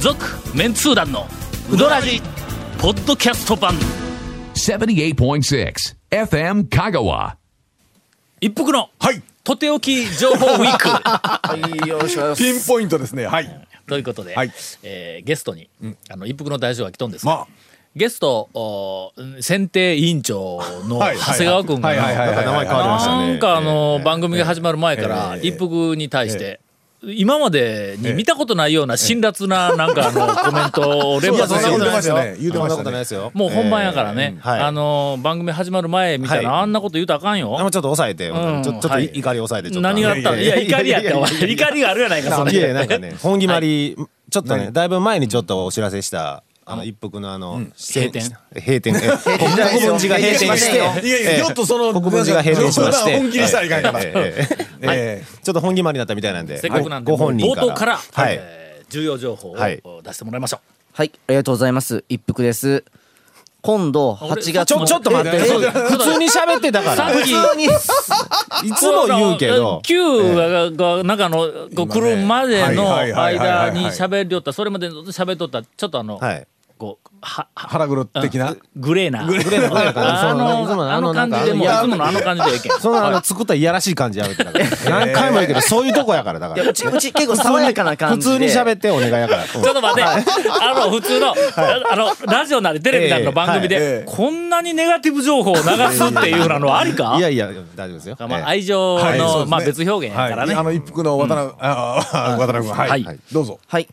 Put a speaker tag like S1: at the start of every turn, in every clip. S1: 続メンツー団のウドラジポッドキャスト版
S2: 78.6 FM Kagawa.
S1: 一服の
S3: はい
S1: とっておき情報ウィーク
S3: ピンポイントですねはい
S1: ということで、
S3: はい
S1: えーゲストに、あの一服の大将が来とんですが、
S3: ま
S1: ゲストおー選定委員長の
S3: はい
S1: 長谷川君が
S3: はいはいはいはいはい
S4: 名前変わりましたね
S1: なんかあの番組が始まる前から
S3: ええ
S1: 一服に対して今までに見たことないような辛辣ななんかあのコメントを連発して
S3: そ
S1: る
S3: うんな
S1: で
S3: こと言ってますしたね言うてましたね
S4: そんなことないですよ。
S1: もう本番やからね、
S4: えーはい
S1: あのー番組始まる前みたいな、
S4: はい
S1: あんなこと言うとあかん
S4: あも
S1: よ
S4: うちょっと抑えて、
S1: ん
S4: ちょちょっと
S1: はい
S4: 怒り抑えて、ちょっと。
S1: 何があったのいや怒りやってお前怒りがあるやないかそ
S4: いやいやなんか
S1: れ
S4: ね、本決まり、ちょっとね、
S3: 何
S4: だいぶ前にちょっとお知らせした、あの、一服のあの、
S1: 閉店
S4: 閉店。え国国分寺が閉店し
S3: あ
S4: て、
S3: いやいや
S4: ええ
S3: ちょっとその
S4: 国分寺が閉店しまして。
S3: 冗談本気にしたらいかんから
S4: はえええ
S3: え
S4: えちょっと本決まりになったみたいなんで、
S1: せっかくなんで
S4: ごご本人
S1: 冒
S4: から。
S1: 頭から、
S4: はい。
S1: えー重要情報を
S4: はい
S1: 出してもらいましょ
S5: はい、ありがとうございます。一服です。今度
S1: 俺
S5: 8月
S4: ちょ、ちょっと待って、
S1: え
S4: そう
S1: え
S4: 普通に喋ってた
S1: う、
S4: か
S1: さっ
S4: ら。
S1: き
S4: いつも言うけど。
S1: Q ががなんかあのこう来るまでの
S3: はいはいはいはいは
S1: 間
S3: い
S1: に喋りよったそれまでずっと喋っとったちょっとあの、
S4: はい。
S1: こうはは
S3: 腹黒的な
S1: グレーな
S4: グレーな感じ
S1: あ
S4: そういつも
S1: の
S4: の
S1: あ
S4: あ
S1: の
S4: の
S1: 感じでもうい
S4: なんか
S1: つものあの感じではい けん
S4: そのあの作ったいやらしい感じやめてだから何回も言うけどそういうとこやからだか
S5: い
S4: ら
S5: やうちうち結構爽やかな感じで
S4: 普通に喋ってお願いやからちょ
S1: ちょっと待って、あの、普通の、あの、ラジオなりテレビなりの番組
S3: ええ
S1: で
S3: は、い
S1: こんなにネガティブ情報を流すっていうのはありか
S4: いやいや大丈夫ですよ
S1: まあ、
S4: ええ
S1: 愛情の、
S3: はいそうですね
S1: まあ、別表現やからね。
S3: はいあの一服の渡辺ああ渡辺君は
S1: はい
S3: どうぞ
S5: はい。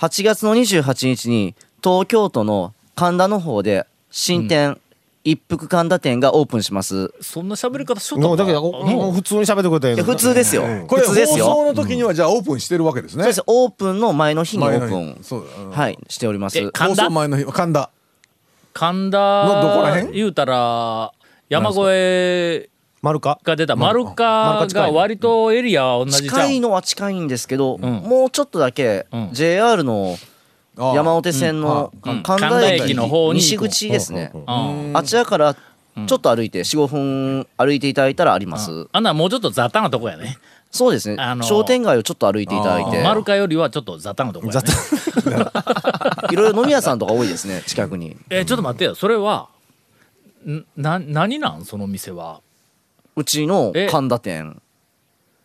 S5: 8月の28日に東京都の神田の方で新店、一服神田店がオープンします。
S1: そんな喋り方しとった
S4: もうだけど
S1: のか
S4: もう普通に喋ってくれたらいい
S5: いや
S4: の
S5: 普通ですよ。
S3: これ
S5: 普
S3: 放
S5: 通ですよ。
S3: 送の時にはじゃあオープンしてるわけですね
S5: そうです。オープンの前の日にオ
S3: 前の
S5: ー
S3: 日
S5: プン。
S3: そうだうん
S5: はい、しておりま
S1: え
S5: す。
S1: 神
S3: 放
S1: 田
S3: 送前の日神田
S1: 神
S3: のどこら
S1: 田、
S3: 辺
S1: 言うたら、山越え
S4: 丸か
S1: が出た丸
S4: 丸
S1: か
S4: か近い
S1: が割とエリアは同じじゃ
S5: 近い
S1: ん。
S5: のは近いんですけど、
S1: ん
S5: もうちょっとだけ
S1: うん
S5: JR の
S3: ああ
S5: 山手線の
S1: うんうん
S5: 神
S1: 神
S5: 田
S1: 田
S5: 駅
S1: 駅の方に
S5: 西口ですね。
S1: うん
S5: あちらからちょっと歩いて45分歩いていただいたらあります。
S1: あんならもうちょっと雑多なとこやね。
S5: そうですね
S1: あの。ー
S5: 商店街をちょっと歩いていただいて、
S1: 丸かよりはちょっと雑多なとこやね。
S5: いろいろ飲み屋さんとか多いですね近くに。
S1: えー、ちょっと待ってよ。それは、んな、何なんその店は。
S5: うちの
S1: え
S5: 神田店、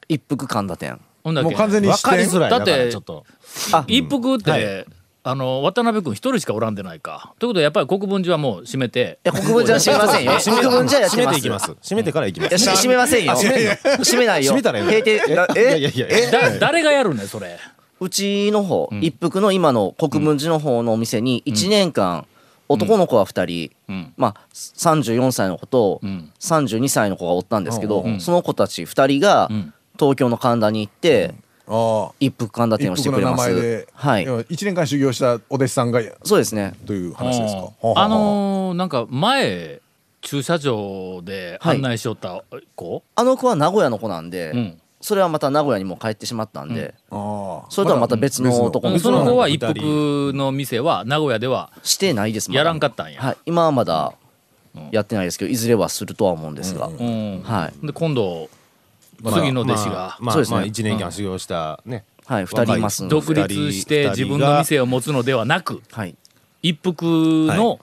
S5: 一服神田店。
S1: ほんだっ
S3: も
S1: け
S3: う完全に
S4: 分かりづらい
S1: だ
S4: だ
S1: っ
S4: っててちょっと
S5: あ
S1: 一服って、
S4: はい
S1: あの渡辺君一人しかおらんでないか。ということでやっぱり国分寺はもう閉めて
S5: いや国分寺は閉めませんよ。国分寺はやって
S4: 閉め
S5: ま
S4: て
S5: す。
S4: いきます閉めてからいきま
S5: いや
S4: す
S5: し閉めませんよ。
S4: 閉めんの
S5: 閉めないよ。
S4: 閉めたらいいの
S5: 閉店な
S4: えいや
S5: え
S4: いやいや
S1: だ誰がやるねんそれ。
S5: うちの方、一服の今の国分寺の方のお店に1年間、男の子は2人、
S1: うん
S5: まあ、34歳の子と
S1: ん
S5: 32歳の子がおったんですけど、その子たち2人が
S1: ん
S5: 東京の神田に行って、
S3: ああ
S5: 一服神田店をして
S3: 一服
S5: くれ
S3: の名
S5: ま
S3: 前
S5: す
S3: で。
S5: はい。
S3: 要1年間修行したお弟子さんが
S5: そうですね。
S3: という話ですか
S1: うんあ
S3: は
S1: のーなんか前駐車場で
S5: はい
S1: 案内しよった子、
S5: あの子は名古屋の子なんで、
S1: うん
S5: それはまた名古屋にもう帰ってしまったんで、
S3: あはあああ
S5: それとはまた別の男
S1: うん
S5: の
S1: そ
S5: 子
S1: の子は
S4: 二
S1: 一
S4: 人
S1: 服の店は名古屋では
S5: してないですまだ
S1: やらんかったんや。
S5: はい、今はまだやってないですけどいずれはするとは思うんですが、
S1: うん
S5: はい
S1: で今度次の弟子が
S4: まあまあ
S5: そうですね
S4: まあ一年間修行したね
S5: はい、2人いますので、
S4: ど
S1: 独立して自分の店を持つのではなく
S5: はい
S1: 一服の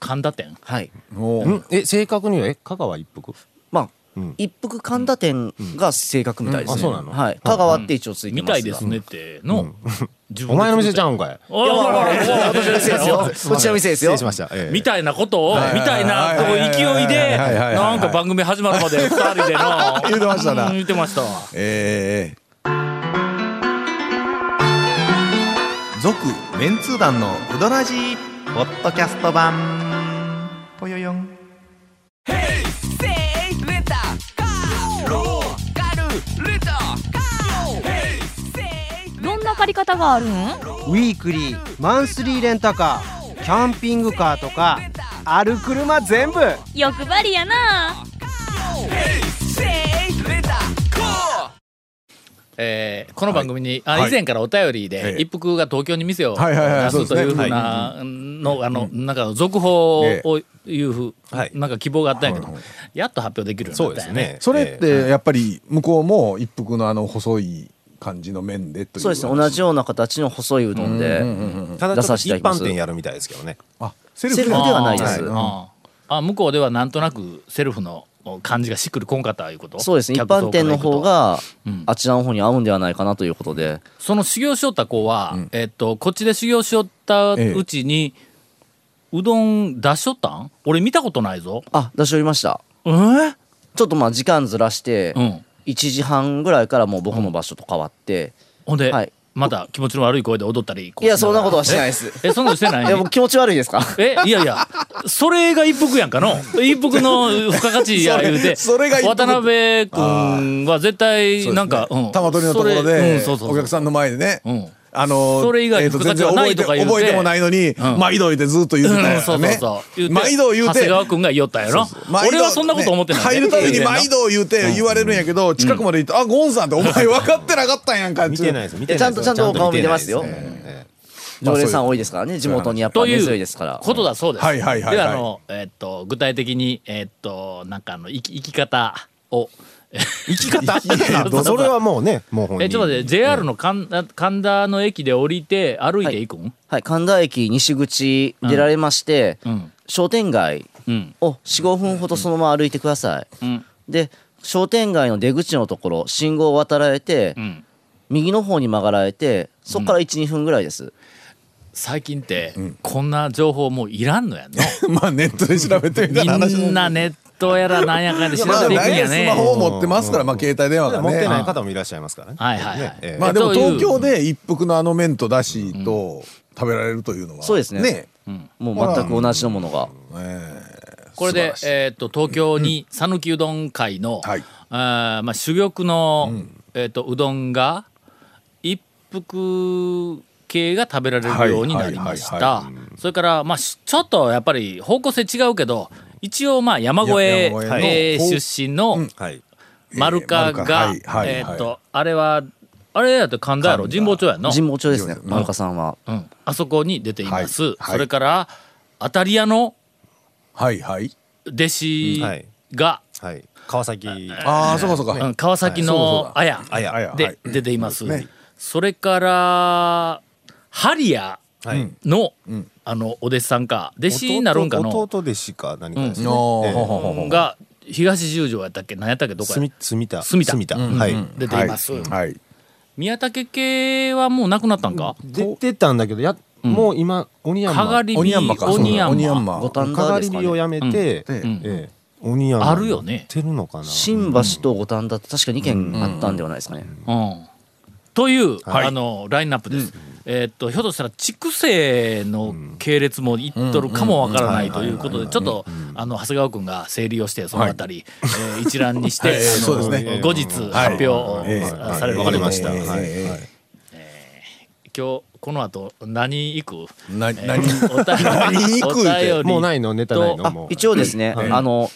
S1: 神田店。
S5: はい
S3: お
S4: んえ正確にはえ香川一服
S5: まあ、
S4: うん
S5: 一服神田店が正確みたいですね、
S4: うんあそうなの
S5: はい、香川って一応ついて
S1: み
S5: ますが
S1: たいですねっての、自分
S4: お
S1: で
S4: 前の店ちゃうんかい
S1: おいおいおいおい
S5: 私の店ですよ うちの店です
S4: 失
S5: よ
S4: 礼しましたええ
S1: みたいなことを、
S3: はい
S1: みたいなこう
S3: はい
S1: 勢いで、
S3: はいはいはいはい
S1: なんか番組始まるまで二人での。
S3: 言うてましたな
S1: うん言ってましたわ。
S3: ええ
S6: 続メンツー団のウドラジーポッドキャスト版ぽよよん
S7: どんな借り方があるん
S8: ウィークリーマンスリーレンタカーキャンピングカーとかある車全部
S7: 欲張りやな
S1: えーこの番組に、あ以前からお便りで、
S3: ええ
S1: 一服が東京に店を
S3: はいはいはい
S1: 出
S3: そう
S1: すと
S3: ですね
S1: いうふうなの、あの、なんか続報
S3: え
S1: をいうふう、
S4: はい
S1: なんか希望があったんやけど、やっと発表できるよう
S4: そ
S1: にな
S4: うで
S1: った
S4: す
S1: んやね。
S4: ね
S3: それってやっぱり向こうも一服のあの細い感じの麺でという
S5: そうですね同じ
S3: よ
S5: ような形の細いうどんで
S4: ただ
S5: 出
S4: ちょ
S5: さ
S4: っ
S5: せ
S4: と
S5: て
S4: 一
S5: いただきます
S4: 般店やるみたいですけどね
S3: あセルフ
S5: セルフではないです、
S1: あーはいあーあ向こうではなんとなくセルフの感じがしっくりこんかったいうこと
S5: そうですね一
S1: 客層
S5: 般店の方が
S1: うん
S5: あちらの方に合うんではないかなということで
S1: その修行しよった子は、えっとこっちで修行しよったうちに、うどん出しよったん俺見たことないぞ
S5: あ出しおりました
S1: えー、
S5: ちょっとまあ時間ずらして
S1: うん
S5: 1時半ぐらいからもう僕の場所と変わって
S1: ほんで、
S5: はい
S1: また気持ちの悪い声で踊ったり
S5: いやそんなことはしてない
S1: い
S5: です
S1: えそんなことしてない
S5: いや僕気持ち悪いですか
S1: えいやいやそれが一服やんかの一服の付加価値や言うて
S3: それそれが一服
S1: 渡辺君は絶対なんか、うん
S3: 玉取りのところ
S1: それう
S3: で
S1: ん、そうそうそう
S3: お客さんの前でね、
S1: うん
S3: あのー
S1: それ以外
S3: えーと
S1: 付加
S3: 全
S1: 価値
S3: 然
S1: はない
S3: 覚えて
S1: とか言うて
S3: 覚えてもないのに、
S1: ん
S3: 毎度言ってずっと言ってた
S1: う
S3: よ
S1: ん、
S3: ね、
S1: そうそうそう、言うて
S3: 毎度言う
S1: 長谷
S3: て
S1: 川君が言おったんやろ
S3: 毎度
S1: 俺はそんなこと思ってない、
S3: ね入るたびに毎
S1: 度
S3: 度言うて言われるんやけど、近くまで行って「あゴンさんってお前分かってなかったんやんか」
S4: 見てないです見てない
S5: ちゃんとちゃんとお顔見てますよ
S3: まあ
S5: 常連さ
S3: そ
S5: ん
S3: う
S5: 多いですからね地元にやっぱ
S1: と
S5: 根強い
S1: い
S5: で
S1: う
S5: すから
S1: ことだそうです。
S3: はいはいはいはい
S1: であのえっと具体的にえっとなんかあの生き生き方を 生き方
S4: それはもうねもう本人
S1: えちょっと待って JR の神田神田の駅で降りて歩いていくん、
S5: はい神田駅西口出られまして
S1: うん
S5: 商店街
S1: うん
S5: を45分ほどそのまま歩いてください
S1: うん
S5: で商店街の出口のところ信号を渡られて
S1: うん
S5: 右の方に曲がられてそこから12分ぐらいです
S1: 最近ってこんな情報もういらんのやんの
S3: まあネットで調べてみたいな話
S1: みんなネットやらなんやかんやで調
S3: まあ
S1: べていくんや
S3: ス
S1: ね
S3: マホを持ってますから、まあ、携帯電話がね
S4: 持ってない方もいらっしゃいますからね
S1: はいはいはい
S4: ねええ
S3: まあでも
S1: という
S3: 東京で一服のあの麺とだしと食べられるというのは
S5: そうですね
S3: ね
S5: もう全く同じのものが
S1: これで、えー、と東京に讃岐うどん会の、
S3: はい
S1: あーまあ、珠玉の、うえー、とうどんが一服系が食べられるようになりまし
S3: はいはい
S1: たそれから、まあ、しちょっとやっぱり方向性違うけど一応まあ山越え
S3: や山越え
S1: え
S3: の
S1: ー出身の
S4: はい
S1: 丸川が
S3: えー丸川はいはい
S1: えーとあれはあれやと神田やろ
S3: 神田
S1: 神保町やの、
S5: 神保町ですね
S3: うん
S5: 丸岡さんは
S1: うん、あそこに出ています、
S3: はいはい
S1: それから当たり屋の
S3: はいはい
S1: 弟子
S4: はい
S1: が、
S4: はい川崎
S3: ああそうかそう
S1: う
S3: か
S1: ん、川崎のあや
S4: あや
S3: あやは
S1: で
S3: い
S1: 出ています、
S3: そうですね
S1: それからハリア
S4: はい
S1: の,、あのお弟子さんか弟子になるんか
S4: 弟
S1: の
S4: 弟弟子か何かです
S3: あ
S4: ね
S3: ーほ
S4: え
S3: う
S4: え
S3: ほうほうほう
S1: が東十条やったっけ何やったっけどこや
S4: 住み住みた
S1: 住みた
S4: はい
S1: 出ています、
S3: はい
S1: 宮武系はもうなくなったんか
S4: 出てたんだけどやもう今鬼
S1: かが
S4: 山
S1: り火
S3: 鬼ヤンマかそうだ
S1: 鬼山
S3: 鬼ヤンマ
S5: 五反
S4: か
S5: 田
S4: が
S5: で
S4: り
S5: すか
S4: 火を
S5: ね
S4: やめて
S3: うん
S1: うん
S4: ええ鬼山
S1: あるよね
S4: 売ってるのかな
S5: 新橋と五反田って確か2軒あったんではないですかね
S1: うんという、
S4: はい
S1: あのラインナップです、えーっとひょっとしたら畜生の系列もいっとるかもわからないということでちょっとあの長谷川君が整理をしてそのあたり、えー一覧にしてあの
S3: そうですね
S1: 後日発表を
S3: ええ
S1: さされる
S4: わ
S1: わ
S4: か
S1: けで
S4: りま
S1: 今
S4: した
S3: ええ
S4: はい
S3: ええ
S4: はい
S1: 日この後何行く
S3: な
S1: えー
S3: 何
S1: お便り
S3: 何行く言うて
S1: お便り
S4: もうないのネタないの
S5: あ
S4: もう
S5: 一応ですねあの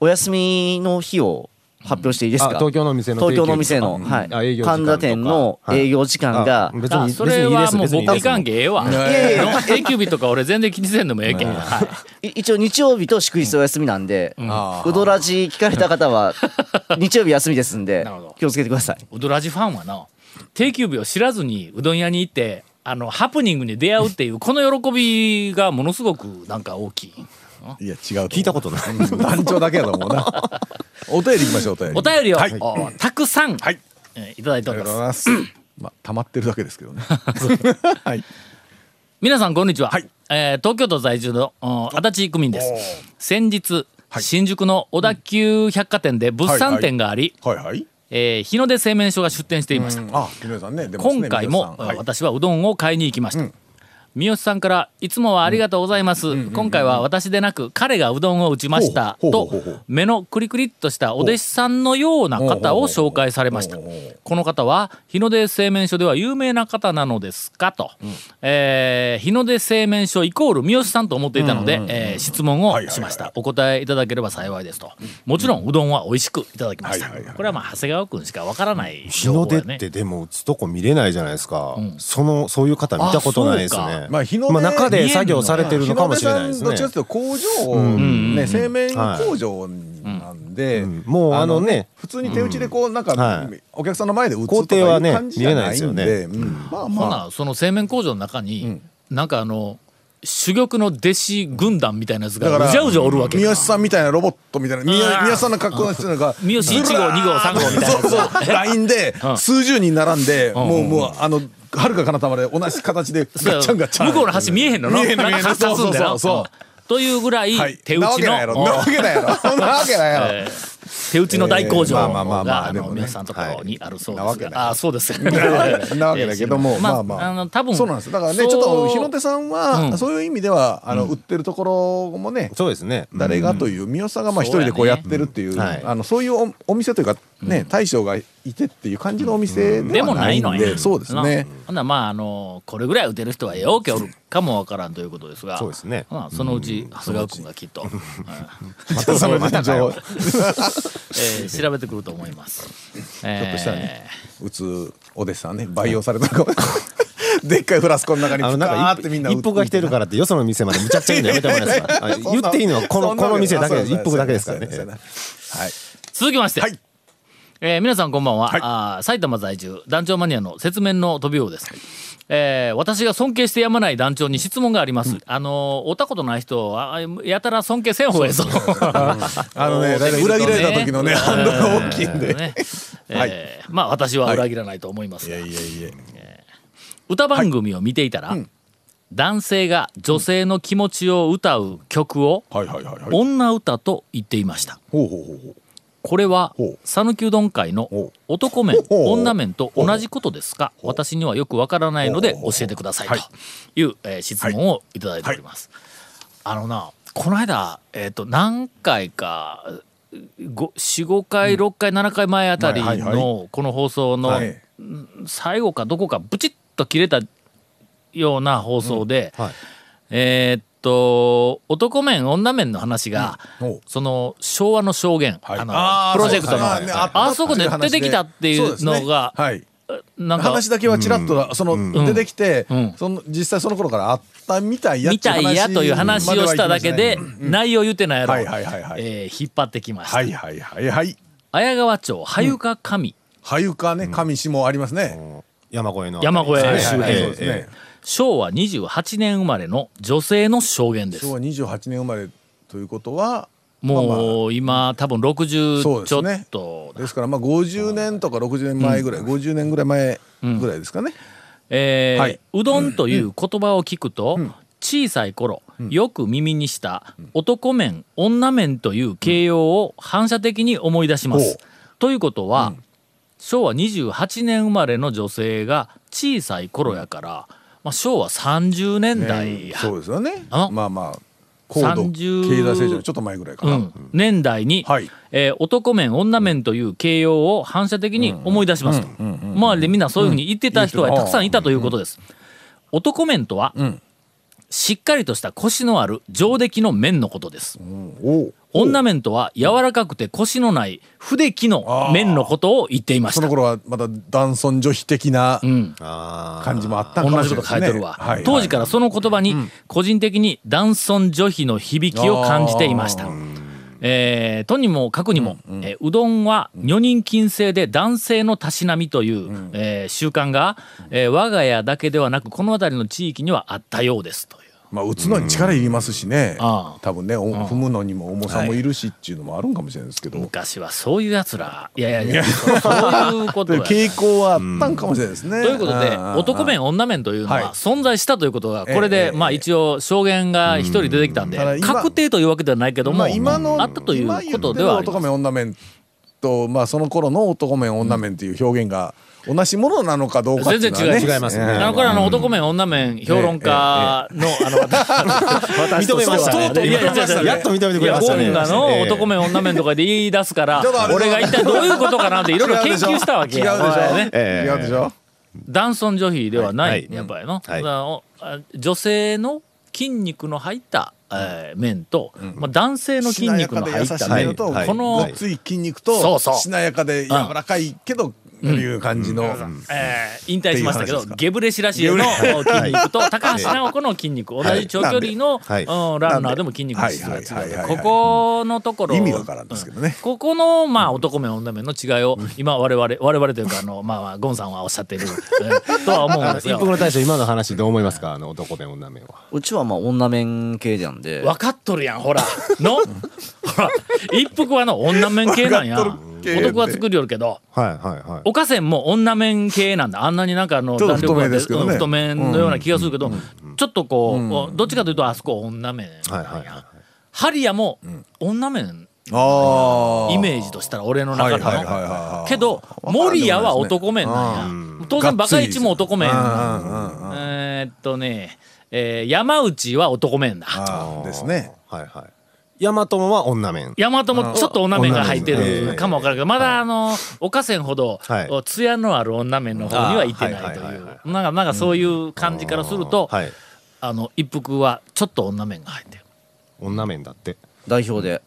S5: お休みの日を発表していいです
S4: あ
S5: か
S4: 東京の店の
S5: 東京の店の、は
S4: あ営
S5: い、
S4: 業時間と
S5: 神
S4: か
S5: 田店の営業時間が、
S4: 別
S1: あ
S4: に
S1: それはもう僕に関
S4: 係
S1: 係ええわ
S3: いやいやいや
S1: 定休日とか俺全然気にせんでもええけんはい
S5: い一応日曜日と祝日お休みなんで、う
S3: あー
S5: どらじ聞かれた方 は日曜日休みですんで
S1: なるほど
S5: 気をつけてください。
S1: うどらじファンはな定休日を知らずにうどん屋に行ってあのハプニングに出会うっていうこの喜びがものすごくなんか大きい
S3: いや違う
S4: 聞いたこととない
S3: 思ううん団長だけやと思うな お便りいきましょうお便り
S1: お便りを、
S3: はい
S1: おたくさん、
S3: はい
S1: えーいただいて
S3: あ
S1: お
S3: り
S1: り
S3: が
S1: ま
S3: とう
S1: す
S3: ございますまあ溜まってるだけですけど ねはい
S1: 皆さんこんにちは、
S3: はい
S1: えー東京都在住のお足立区民です先日、新宿の小田急百貨店で物産展があり、
S3: はいはい
S1: えー日の出製麺所が出店していました、
S3: あ木村さんね出ますね
S1: 今回
S3: 木
S1: も
S3: 村さんはい
S1: 私はうどんを買いに行きました、三好さんから「いつもはありがとうございます、今回は私でなく彼がうどんを打ちました」
S3: ほうほう
S1: と
S3: ほうほう
S1: 目のクリクリっとしたお弟子さんのような方を紹介されました
S3: ほうほうほうほう
S1: この方は日の出製麺所では有名な方なのですかと、えー日の出製麺所イコール三好さんと思っていたので、えー質問をしました、
S3: はいはいはい
S1: お答えいただければ幸いですともちろんうどんは美味しくいただきました、
S3: はいはいはい
S1: これはまあ長谷川君しかわからない
S4: 日
S1: 情
S4: の
S1: 報
S4: 出
S1: やね
S4: ってでも打つとこ見れないじゃないですか、そのそういう方見たことないです
S1: あそう
S4: ね
S1: か
S3: まあ日の出
S4: 中で作業されてるのかもしれないです
S3: 日の
S4: ね
S3: 出さんどっちかというと工場ね製麺
S4: はい
S3: 工場なんで、
S4: うんもうあのね
S3: 普通に手打ちでこうなんか、
S4: はい
S3: お客さんの前で打つ
S4: 工
S3: とかい
S4: 程はね
S3: う感じじゃないん
S4: 見れない
S3: で、
S4: ですよ
S3: うんまあ
S1: ほ
S3: まあ
S1: なその製麺工場の中に、なんかあの珠玉の弟子軍団みたいなやつ
S3: だ
S1: が
S3: から
S1: うじゃうじゃおるわけ
S3: 三
S1: か
S3: 好さんみたいなロボットみたいな三
S1: うわー
S3: 好三好さんの格好の人が
S1: 三好1号2号3号みたいなやつ
S3: そうそうラインで
S1: うん
S3: 数十人並んで、
S1: ん
S3: もうもうあのはるか彼方まで同じ形で
S1: そう
S3: ガッチャンガッチャン
S1: 向こうの橋見えへんのな
S3: 見えへんの見 えへんの
S1: なんか刺すんだよな
S3: そうそうそうそう
S1: うんというぐら
S3: はい
S1: い手打ち
S3: なわけないや
S1: の
S3: ろなわけないや ろそんなわけないやろ、
S1: えー手打ちの大工場
S3: えーまあまあまあま
S1: が
S3: あ
S1: あ
S3: で
S1: の
S3: もね
S1: 皆さんとかにあるそう
S3: な
S1: で
S3: わ
S1: す
S3: けな い
S1: があそうです
S3: なわけだけども、まあまあ、
S1: の多分
S3: そうなんです。だからね、
S1: そう
S3: ちょっと日の手さんは、
S1: うん
S3: そういう意味では、あの、売ってるところもね。
S4: そうですね。
S3: 誰がという、三好さんがまあ一人でこうやってるっていう、
S4: んはい
S3: あのそういうおお店というかね、大将がいてっていう感じのお店で
S1: で
S3: は
S1: も
S3: な
S1: ない
S3: い
S1: の
S3: ん
S1: よ
S3: で、そうですね。
S1: なほんならまああのこれぐらい打てる人はようけおるかもわからんということですが
S4: そうですね
S1: まあそのうち長谷川君がきっと、
S3: またその人情報、
S1: えー調べてくると思い ます。ちょっ
S3: としたらね打つお弟子さんね培養されたのか も。でっかいフラスコの中に
S4: あの
S3: プ
S4: なん
S3: カー
S4: か
S3: ってみんな打
S4: 一
S3: つ
S4: 服が来てるからってよその店までむちゃくちゃ言うのやめてもらえますかあ言っていいのはこ
S3: そ
S4: の
S3: んな
S4: こ
S3: わ
S4: の
S3: け
S4: 店だけです
S3: あ
S4: 一
S3: そう
S4: 服だけですから
S3: そうそう
S4: ね
S3: そうそうはい。
S1: 続きまして、
S3: はい
S1: えー皆さんこんばんは、
S3: はい
S1: あー埼玉在住団長マニアの説明の飛び王です、えー私が尊敬してやまない団長に質問があります、あのーおったことない人はあやたら尊敬せん方がええぞ
S3: あのね、だいたい裏切られた時のね、ハンドルが大きいんで。
S1: ね
S3: はい
S1: えーまあ私は裏切らないと思いますが、
S3: いやいや。
S1: 歌番組を見ていたら、男性が女性の気持ちを歌う曲を
S3: はいはいはいはい。
S1: 女歌と言っていました
S3: ほうほうほうほう。
S1: これは
S3: ほう
S1: 讃岐うどん会の
S3: ほ
S1: 男麺
S3: ほう
S1: 女麺と同じことですか私にはよくわからないので教えてくださいという、えー質問をいただいております、あのなこの間、えー、と何回か45回6回7回前あたり
S3: はいはい
S1: のこの放送の
S3: はい
S1: 最後かどこかブチッと切れたような放送で、
S4: はい
S1: えーっと男面女面の話が、
S3: うんおう
S1: その昭和の証言、
S3: はい
S1: あの
S3: あー
S1: プロジェクトの、
S3: そうですねあった
S1: あそこで出てきたってい
S3: そうで
S1: う
S3: すね
S1: のが
S3: はい。
S1: なんか
S3: 話だけはちらっと、その、出てきて
S1: うん、
S3: その、実際その頃からあったみたいや
S1: みたいやという話をしただけで、内容言ってないやろ、
S3: はいはいはいはい
S1: えー引っ張ってきました、
S3: はいはいはいはい。
S1: 綾川町羽床神、
S3: はゆかね、上下ありますね。
S4: 山越えの
S1: 山越え
S3: はい
S1: 周
S3: は
S1: 辺
S3: いはいそうですね。
S1: 昭和28年生まれの女性の証言です
S3: 昭和28年生まれということは、まあまあ
S1: もう今多分
S3: そう
S1: 60
S3: で
S1: ちょ
S3: す
S1: っ
S3: ね
S1: とだ
S3: ですからまあ50年とか60年前ぐらい、50年ぐらい前ぐらいですかね、
S1: えー
S3: はいう
S1: どんという言葉を聞くと、小さい頃、よく耳にした男麺女麺という形容を反射的に思い出しま
S3: ほ
S1: す
S3: う。
S1: ということは、昭和28年生まれの女性が小さい頃やから、まあ、昭和30年代
S3: ね
S1: や、
S3: そうですよね
S1: あの
S3: まあまあ高度
S1: 30
S3: 経済成長のちょっと前ぐらいか
S1: う
S3: な、
S1: ん、年代に、
S3: はい
S1: えー男麺女麺という形容を反射的に思い出しますと周りでみんなそういうふうに言ってた人はたくさんいたということです、男麺とは、
S3: ん
S1: しっかりとしたコシのある上出来の麺のことです、
S3: おう
S1: 女麺とは柔らかくてコシのない不出来の麺のことを言っていまし
S3: そ
S1: た
S3: の頃はまだ男尊女卑的な
S1: うん
S3: 感じもあったんか
S1: 同
S3: も
S1: じ
S3: し
S1: こ
S3: れ
S1: と
S3: ない
S1: 書いてるわ、
S3: はいはい
S1: 当時からその言葉に個人的に男尊女卑の響きを感じていました、えーとにもかくにも、うえーうどんは女人禁制で男性のたしなみという、えー習慣が、えー我が家だけではなくこの辺りの地域にはあったようですという
S3: まあ打つのに力いりますしね、
S1: ああ
S3: 多分ねお踏むのにも重さもいるしっていうのもあるんかもしれないですけど、
S1: 昔はそういうやつらいやいやい やそうそういうこと
S3: という
S1: や
S3: 傾向はあったんかもしれないですね、
S1: ということで
S3: ああ
S1: 男面女面というの
S3: はい
S1: は存在したということが
S3: ええ
S1: これで
S3: ええ
S1: まあ一応証言が一人出てきたんで
S3: ただ今
S1: 確定というわけではないけども
S3: まあ、今の
S1: あったということではあり
S3: 今言ってる
S1: ま
S3: 男
S1: す
S3: 面女面と、まあ、その頃の男面女面という表現が同じものなのかどうかって
S1: 全
S3: いう
S1: 然
S3: のはね
S1: 違い
S4: 違いますね
S1: あのこれあの男面女面評論家のあの私
S4: 認めましたね
S1: とうとう認めま
S4: いや
S1: し
S4: い
S1: たね
S4: やいややっと認めてく
S1: い
S4: れ
S1: や
S4: まし
S1: ボ
S4: たね
S1: ンガの男
S4: 目
S1: 面女面とかで言い出すから
S3: ちょっとあれ
S1: 俺が一体どういうことかなっていろいろ研究したわけ
S3: 違う
S1: やお前ね
S3: でしょ、
S4: ええ
S3: 違うでしょ
S1: 男尊女卑ではない、
S4: はいはい
S1: やっぱりの、
S4: は
S1: だ
S4: い
S1: からおあ女性の筋肉の入った、えー面と、まあ、男性の筋肉の入っ
S3: したなやかで
S1: 面、
S3: 優しいのと、
S4: はい
S1: この
S3: ごっつい筋肉
S1: そう
S3: と
S1: そう
S3: しなやかで柔らかいけど、いう感じの、
S1: えー引退しましたけ
S3: っ
S1: ど
S3: ていう話ですか
S1: ゲブレシラシエの筋肉と高橋尚子の筋肉同じ長距離の、
S4: はい
S1: うんランナーでも筋肉の質が違う
S3: はいはいはいはい
S1: ここのところ
S3: 意味わからんですけどね
S1: うんここの、まあ、男面女面の違いを今我々我々というかあの、まあまあ、ゴンさんはおっしゃっている、えーとは思うんです
S4: 一
S1: よ
S4: 服。の大将今の話どう思いますかあの男面女面は
S5: うちはまあ女面系なんで
S1: 分かっとるやんほら のほら一服はの女面系なんや
S3: わかっとる系
S1: 男は作りよるけど
S4: はいはいはい
S1: 岡線も女面系なんだあんなになんかあの
S3: ちょっと太
S1: があ
S3: め
S1: って
S3: ですけどね
S1: うん太めのような気がするけど、ちょっとこう、どっちかというとあそこ女面、
S4: はいはいはい
S1: ハリアも女面
S3: ああ
S1: イメージとしたら俺の中で
S3: はいはいはいはいは
S1: の
S3: い
S1: けど守谷は男面なんや当然バカイチも男面やんえーっとね、えー山内は男面だ
S3: あーですね
S4: はいはい大和もは女面
S1: 大和もちょっと女面が入って
S4: 女面です
S1: る
S4: ね
S1: かもわからんけどまだあのおかせんほど
S4: はい
S1: 艶のある女面の方にはいてないと
S4: あーはい
S1: い
S4: はいは
S1: う
S4: いは
S1: なんかなんかそういう感じからすると
S4: はい
S1: あの一服はちょっと女面が入ってる
S4: 女面だって
S5: 代表で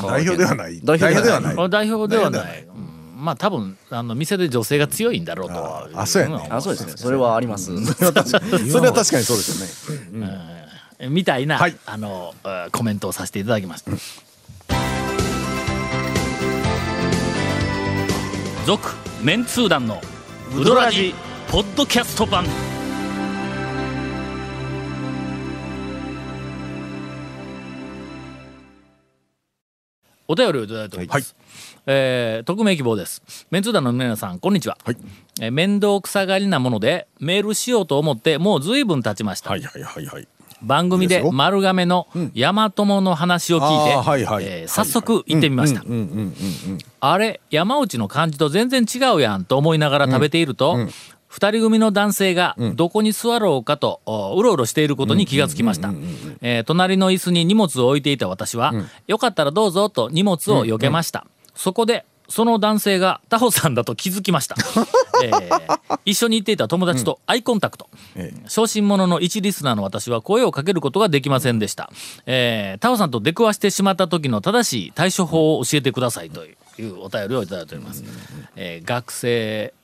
S3: 代表ではない
S5: 代表ではない
S1: これ代表ではないうんまあ多分あの店で女性が強いんだろうとは
S3: あそうやね
S5: あそうですねそれはあります
S3: それは確かにそうですよね
S1: みたいな、
S3: はい
S1: あのえーコメントをさせていただきました。続メンツー団のウドラジポッドキャスト版。お便りをいただいております。
S3: はい
S1: えー匿名希望です。メンツー団の皆さん、こんにちは。えー面倒くさがりなもので、メールしようと思って、もう随分経ちました。
S3: はいはいはいはい
S1: 番組
S3: いい
S1: で
S3: ですよ
S1: 丸亀の山友の話を聞いて、
S3: あーはいはい
S1: えー早速行ってみました、あれ山内の感じと全然違うやんと思いながら食べていると、二人組の男性がどこに座ろうかとおうろうろしていることに気がつきましたえー隣の椅子に荷物を置いていた私は、よかったらどうぞと荷物を避けました、そこでその男性がタホさんだと気づきま した、えー一緒に行っていた友達とアイコンタクト、小心者の一リスナーの私は声をかけることができませんでした、えー、タオさんと出くわしてしまった時の正しい対処法を教えてくださいというお便りをいただいております、えー学生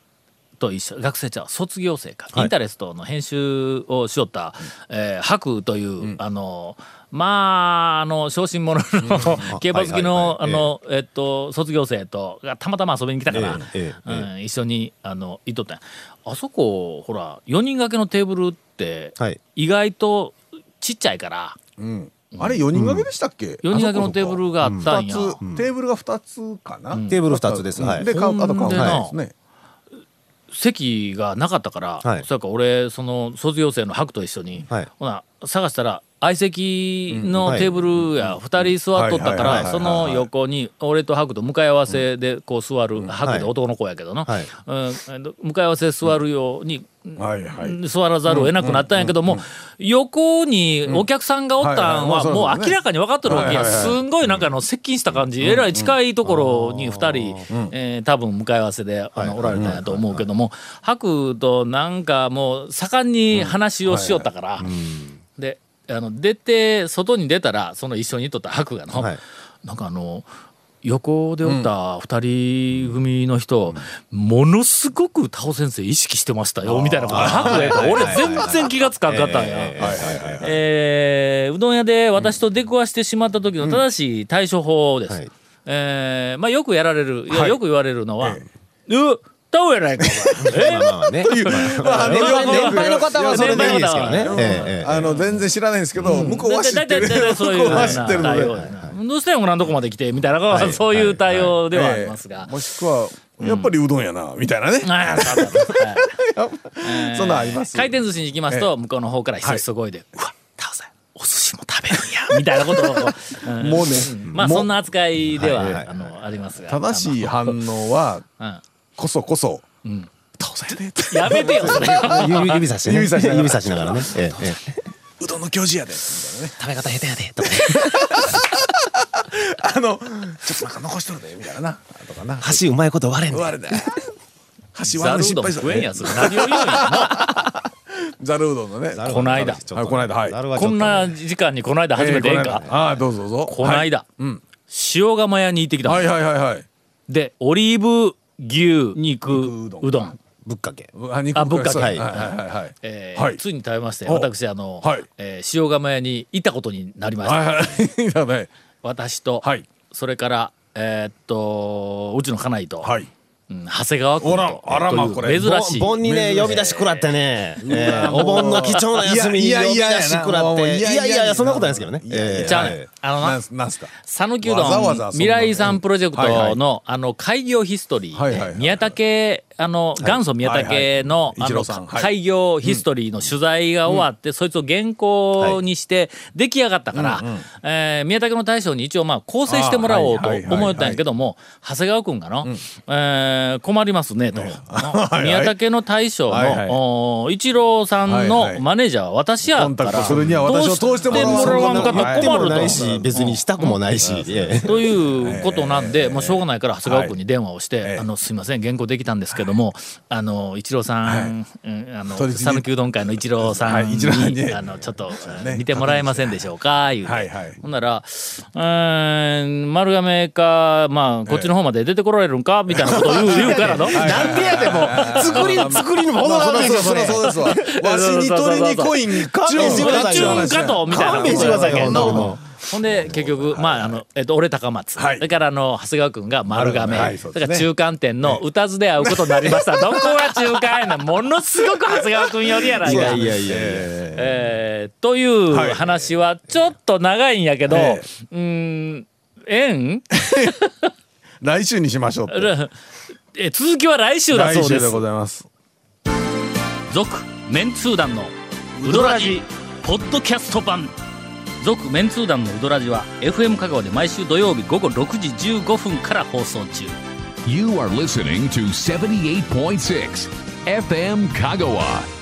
S1: と一緒学生ちゃう卒業生か、インタレストの編集をしよった、えー、白という、あのまああの小心者の 競馬好きの
S4: は
S1: あ
S4: いはいはい
S1: のえっと卒業生とがたまたま遊びに来たから、
S4: ええええ
S1: うん、一緒にあの行っとったんやあそこほら4人掛けのテーブルって
S4: はい
S1: 意外とちっちゃいから
S3: うんあれ4人掛けでしたっけ
S1: 4人掛けのテーブルがあったん
S3: 二
S1: や
S3: つテーブルが2つかな
S4: テーブル二つですはい
S3: でカウ
S1: ほん
S3: ン
S1: で
S3: あとカウンターですね
S1: 席がなかったから、
S4: はい
S1: それから俺その卒業生の白と一緒に、
S4: はい
S1: ほな探したら相席
S4: うん
S1: の
S4: はい
S1: テーブルや2人座っとったか
S3: は
S1: ら
S3: いはいはいはいはい
S1: その横に俺と白と向かい合わせでこう座る、白
S4: はい
S1: で男の子やけどな、
S4: はい
S1: うん、向かい合わせで座るように、
S3: はいは い
S1: 座らざるを得なくなったんやけども、横にお客さんがおったんは
S3: うんはいはい
S1: も
S3: まあそう
S1: う
S3: ですよね
S1: 明らかに分かってるわけや、
S3: はいはいはい
S1: すんごいなんかあの接近した感じ、えらい近いところに2人、えー多分向かい合わせであのおられたんやと思うけども白となんかもう盛んに話をしよったから、であの出て外に出たらその一緒にいとった白がの、
S4: はい
S1: なんかあの横でおった2人組の人、ものすごくタオ先生意識してましたよみたいなこと白が言うから俺全然気がつかんかったんや。えーうどん屋で私と出くわしてしまった時の正しい対処法です。
S4: はい
S1: えーまあ、よくやられる、いやよく言われるのは「うタオやないかお前え
S4: まあま あね
S3: まああの
S4: 年配の
S3: よ
S4: 年
S3: く
S4: 配の方はそれでいいですけどね
S1: 年配の方は
S4: ええええ
S3: あの全然知らないんですけど向こう
S1: 大
S3: は知
S1: 体
S3: っ
S1: 大体
S3: てる
S1: 大体そういう
S3: 向こうは知ってるの
S1: 対
S3: で
S1: 応やなどうしてん俺のとこまで来てみたいな、そういう対応ではありますが
S3: ええ、もしくはやっぱりうどんやなみたいなね
S1: ああそうそうそうはいえー
S3: そんなんあります
S1: 回転寿司に行きますと向こうの方からひそひそ声で「うわタオさんお寿司も食べるんや」みたいなことをこ う、うん
S3: もうね
S1: うんまあそんな扱いでは、
S4: はいはい
S1: あのありますが
S3: 正しい反応は
S1: うん
S3: こそこそ倒されて
S1: やめてよそれ
S4: 指指さしてね
S3: 指さしながら
S4: 指さしながらねええええ
S3: うどんの教授やで
S1: 食べ方下手やで
S3: あのちょっとなんか残しとるでみたいななとかな
S4: 箸うまいこと割れん
S3: う
S4: ね
S3: わあれだ箸
S1: ざ
S3: 割
S1: る
S3: る
S1: う
S3: 失
S1: どん
S3: 敗した
S1: 食えんや
S3: ね
S1: つ何を言うんや
S3: ざるうどんのね
S1: この間
S4: ちょっと
S3: はいこの間はい
S4: ざるはち
S1: こ
S4: ょっと
S1: んな時間にこの間初めてええんか、
S3: ええこの間ああどうぞどうぞ
S1: この間、塩釜屋に行ってきた、
S3: はいはいはいはいはい
S1: でオリーブ牛肉
S3: 肉う
S1: うどん、
S4: ぶっかけ
S3: あ肉
S1: あぶっかけ
S3: はい
S1: は
S3: はいいはいはい
S1: えー
S3: はい
S1: ついに食べまして
S3: お
S1: 私あの、
S3: はい
S1: えー塩釜屋に行ったことになりました、
S3: はい はいはい
S1: 私と、
S3: はい
S1: それからえーっとうちの家内と、
S3: はい
S1: うん長谷川君
S3: おら
S1: と
S3: あらまあこ
S1: とい
S3: れ
S1: う珍しい
S4: 盆に
S3: 珍し
S4: ね
S3: い
S4: 呼び出し食らってね、えーお盆の貴重な休みに
S3: い
S4: 呼
S3: や
S4: び
S3: い
S4: 出
S3: やいや
S4: し食らっ
S3: もう
S4: てい
S3: いや
S4: や
S3: い
S4: い
S3: や
S4: や
S3: いや
S4: いやそんなことないですけどね
S3: いやいや
S4: えー
S1: じゃあ、
S4: は
S1: ね
S4: い
S1: あの
S3: な
S1: なん
S3: すなんすか
S1: 讃岐うど
S3: わざわ
S1: ん
S3: ざそんな
S1: 未来山プロジェク
S3: はいは
S1: ト
S3: い
S1: のあの開業ヒストリ
S3: はいはい
S1: ー
S3: は
S1: で
S3: い
S1: 宮武あの元祖宮武の
S3: はいは
S1: あ
S3: い一
S1: の
S3: 郎さんはい
S1: 開業ヒストリーの取材が終わってそいつを原稿にして出来上がったからえー宮武の大将に一応まあ構成してもらおうと
S3: あーはいはいはい
S1: 思ったんやけども長谷川君がのえー困りますね」 と「宮武の大将
S3: はいはい
S1: のお一郎さん
S3: はいは
S1: の
S3: い
S1: マネージャーは私や
S3: コン
S1: か
S3: タクト
S1: ら
S3: するには私を通してもらわな
S1: どうしてもらわんかったら
S4: 言って
S1: 困
S4: も
S1: る
S4: ない
S1: と。
S4: し別にしたくもないし、え え
S1: ということなんで、もうしょうがないから長谷川
S3: は
S1: 君
S3: い
S1: に電話をして「
S3: ええ
S1: あのすいません原稿できたんですけども、あの一郎さん、うんあの
S3: 取り次ぎ
S1: 讃岐うどん会の一郎さん
S3: は
S1: に,、
S3: い一郎さんに
S1: あのちょっと、
S3: ね
S1: 見てもらえませんでしょうか」言うて、
S3: はいはい
S1: ほんなら「うーん丸亀かまあこっちの方まで出てこられるんか?」みたいな ことを言う言うからの。
S4: なんでやでもう作り作りにもほどがないでしょそれ
S3: そうですわわしに取りに来いに
S4: 勘弁してくださいよ
S1: 中華とみたいな
S4: 勘弁してくださいよそんなもの
S1: ほんで結局まああのえっと俺高松、
S3: はい
S1: それからあの長谷川君が丸亀、
S3: はいはい
S1: そ
S3: そう
S1: れ
S3: で
S1: か
S3: すね
S1: ら中間店の歌津で会うことになりました。 どこが中間やなものすごく長谷川君よりやない
S4: い
S1: か。
S4: やいやいやいや、
S1: えーという
S3: はい
S1: 話はちょっと長いんやけど、
S3: え
S1: うーん縁
S3: 来週にしましょうって
S1: え続きは来週だ
S3: 来
S1: そうで
S3: 週
S1: す
S3: で。ございます
S1: 続メンツー団のウドラジポッドキャスト版続メンツー団のウドラジは FM 香川で毎週土曜日午後6時15分から放送中
S2: You are listening to 78.6 FM Kagawa.